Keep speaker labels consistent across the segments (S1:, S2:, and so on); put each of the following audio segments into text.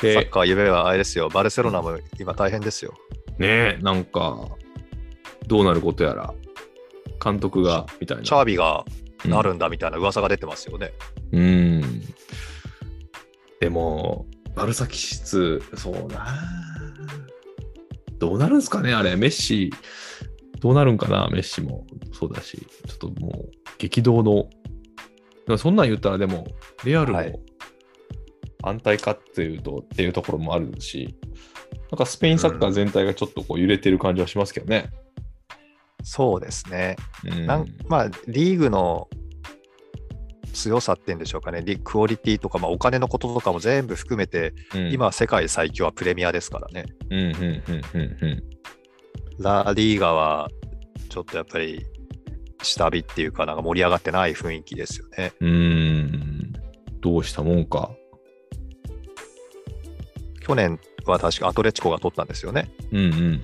S1: で
S2: サッカー夢はあれですよ、バルセロナも今大変ですよ。
S1: ねえ、なんか、どうなることやら、監督が、みたいな。
S2: チャービがなるんだみたいな噂が出てますよね。
S1: うん。うん。でも、バルサ気質、そうな。どうなるんすかね、あれ。メッシ、どうなるんかな、メッシもそうだし、ちょっともう、激動の。だからそんなん言ったら、でも、レアル
S2: はい
S1: も安泰かっていうと、っていうところもあるし、なんかスペインサッカー全体がちょっとこう揺れてる感じはしますけどね。
S2: そうですね。
S1: うん
S2: なんまあ、リーグの強さっていうんでしょうかね、リクオリティとか、まあ、お金のこととかも全部含めて、
S1: うん
S2: 今、世界最強はプレミアですからね。
S1: うんうんうんうんうん。
S2: ラ・リーガは、ちょっとやっぱり、下火っていうか、なんか盛り上がってない雰囲気ですよね。
S1: うーん、どうしたもんか。
S2: 去年は確かアトレチコが取ったんですよね。
S1: うんうんうん。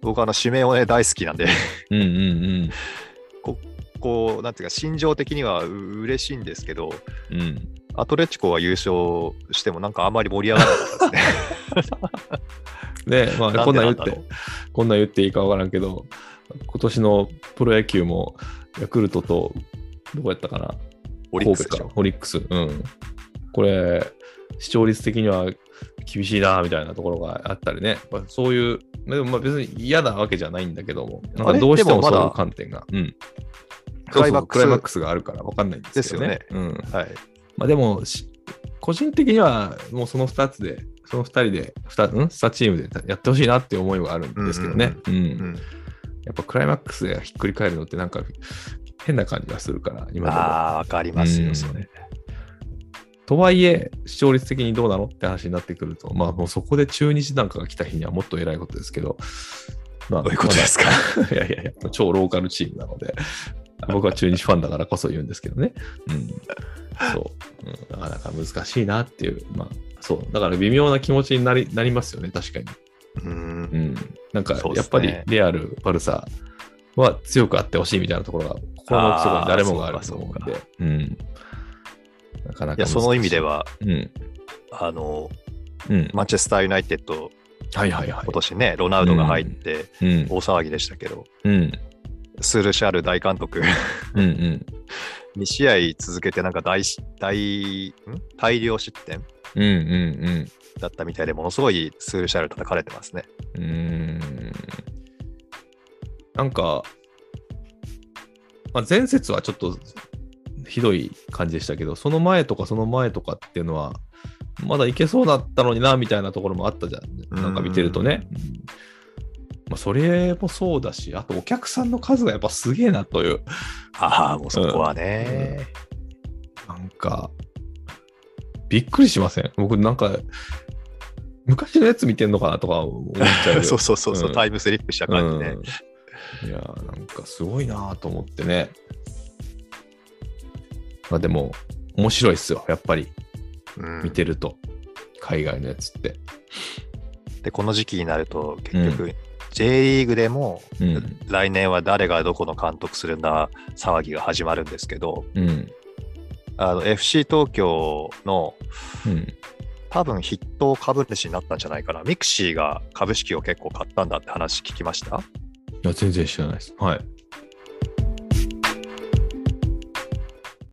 S2: 僕、あの、指名をね、大好きなんで、
S1: うんうん
S2: こう、なんていうか、心情的にはう嬉しいんですけど、
S1: うん。うん。
S2: アトレチコが優勝しても、なんかあんまり盛り上がらなかったですね。
S1: ねえまあ、
S2: な
S1: こんなん
S2: で
S1: 言
S2: な
S1: っ
S2: んだろう
S1: て、こんなん言っていいかわからんけど、今年のプロ野球も、ヤクルトと、どこやったかな
S2: オリッ
S1: 神
S2: ク
S1: 戸
S2: スでし
S1: か
S2: ょ。。
S1: オリックス。うん。これ、視聴率的には厳しいな、みたいなところがあったりね。まあそういう、でもまあ別に嫌なわけじゃないんだけども、なん
S2: あ
S1: か
S2: れ
S1: どうしても
S2: でもま
S1: そ
S2: だ
S1: ういう観点が。うん。
S2: クライマ
S1: そうそ
S2: ックス
S1: うクライマックスがあるからわかんないんですけどね。
S2: です
S1: よね。うん。
S2: はい。
S1: まあでもし、個人的にはもうその2つで、その2人で、2, うん2チームでやってほしいなっていう思いはあるんですけどね。うん
S2: うん
S1: やっぱクライマックスでひっくり返るのってなんか変な感じがするから、今でも。
S2: ああ、わかります
S1: う
S2: よ、
S1: ん
S2: それ。
S1: とはいえ、視聴率的にどうなのって話になってくると、まあもうそこで中日なんかが来た日にはもっと偉いことですけど、まあ、
S2: どういうことですか
S1: まだいやいやいや、超ローカルチームなので、 僕は中日ファンだからこそ言うんですけどね。うん。そう。うん、なかなか難しいなっていう、まあそう。だから微妙な気持ちになりなりますよね、確かに。
S2: う
S1: う
S2: ん
S1: ん。なんか
S2: そう、で
S1: やっ
S2: す
S1: ぱ
S2: ね
S1: りレアル、バルサは強くあってほしいみたいなところが、心の奥底に誰もがあると思うん
S2: あー
S1: で、うん。なかないか
S2: やその意味では、
S1: 難しい。うん。
S2: あの
S1: うん。
S2: マンチェスター・ユナイテッド、
S1: はいはいはい
S2: 今。年ね、ロナウドが入って、
S1: うん。
S2: 大騒ぎでしたけど、
S1: うん。
S2: スール・シャール大監督、
S1: うんうん。
S2: 2試合続けて、なんか大し大ん大量失点
S1: うんうん
S2: だったみたいで、ものすごいスール・シャール叩かれてますね。
S1: うん。うーん。なんか、まあ、前節はちょっとひどい感じでしたけど、その前とかその前とかっていうのは、まだいけそうだったのになみたいなところもあったじゃん。なんか見てるとね。うんまあ、それもそうだし、あとお客さんの数がやっぱすげえなという。
S2: ああ、もうそこはね、
S1: なんか、びっくりしません。僕なんか、昔のやつ見てんのかなとか思っちゃうよ。
S2: そうそうそうそう、
S1: うん
S2: タイムスリップした感じね。
S1: うんいやー、なんかすごいなーと思ってね。まあでも、面白いっすよ。やっぱり、
S2: うん
S1: 見てると。海外のやつって。
S2: で、この時期になると、結局、J リーグでも、
S1: うん。
S2: 来年は誰がどこの監督するんだ騒ぎが始まるんですけど、
S1: うん。
S2: あの FC 東京の
S1: うん。
S2: 多分筆頭株主になったんじゃないかな、ミクシーが株式を結構買ったんだって話聞きました。
S1: いや、全然知らないです。はい。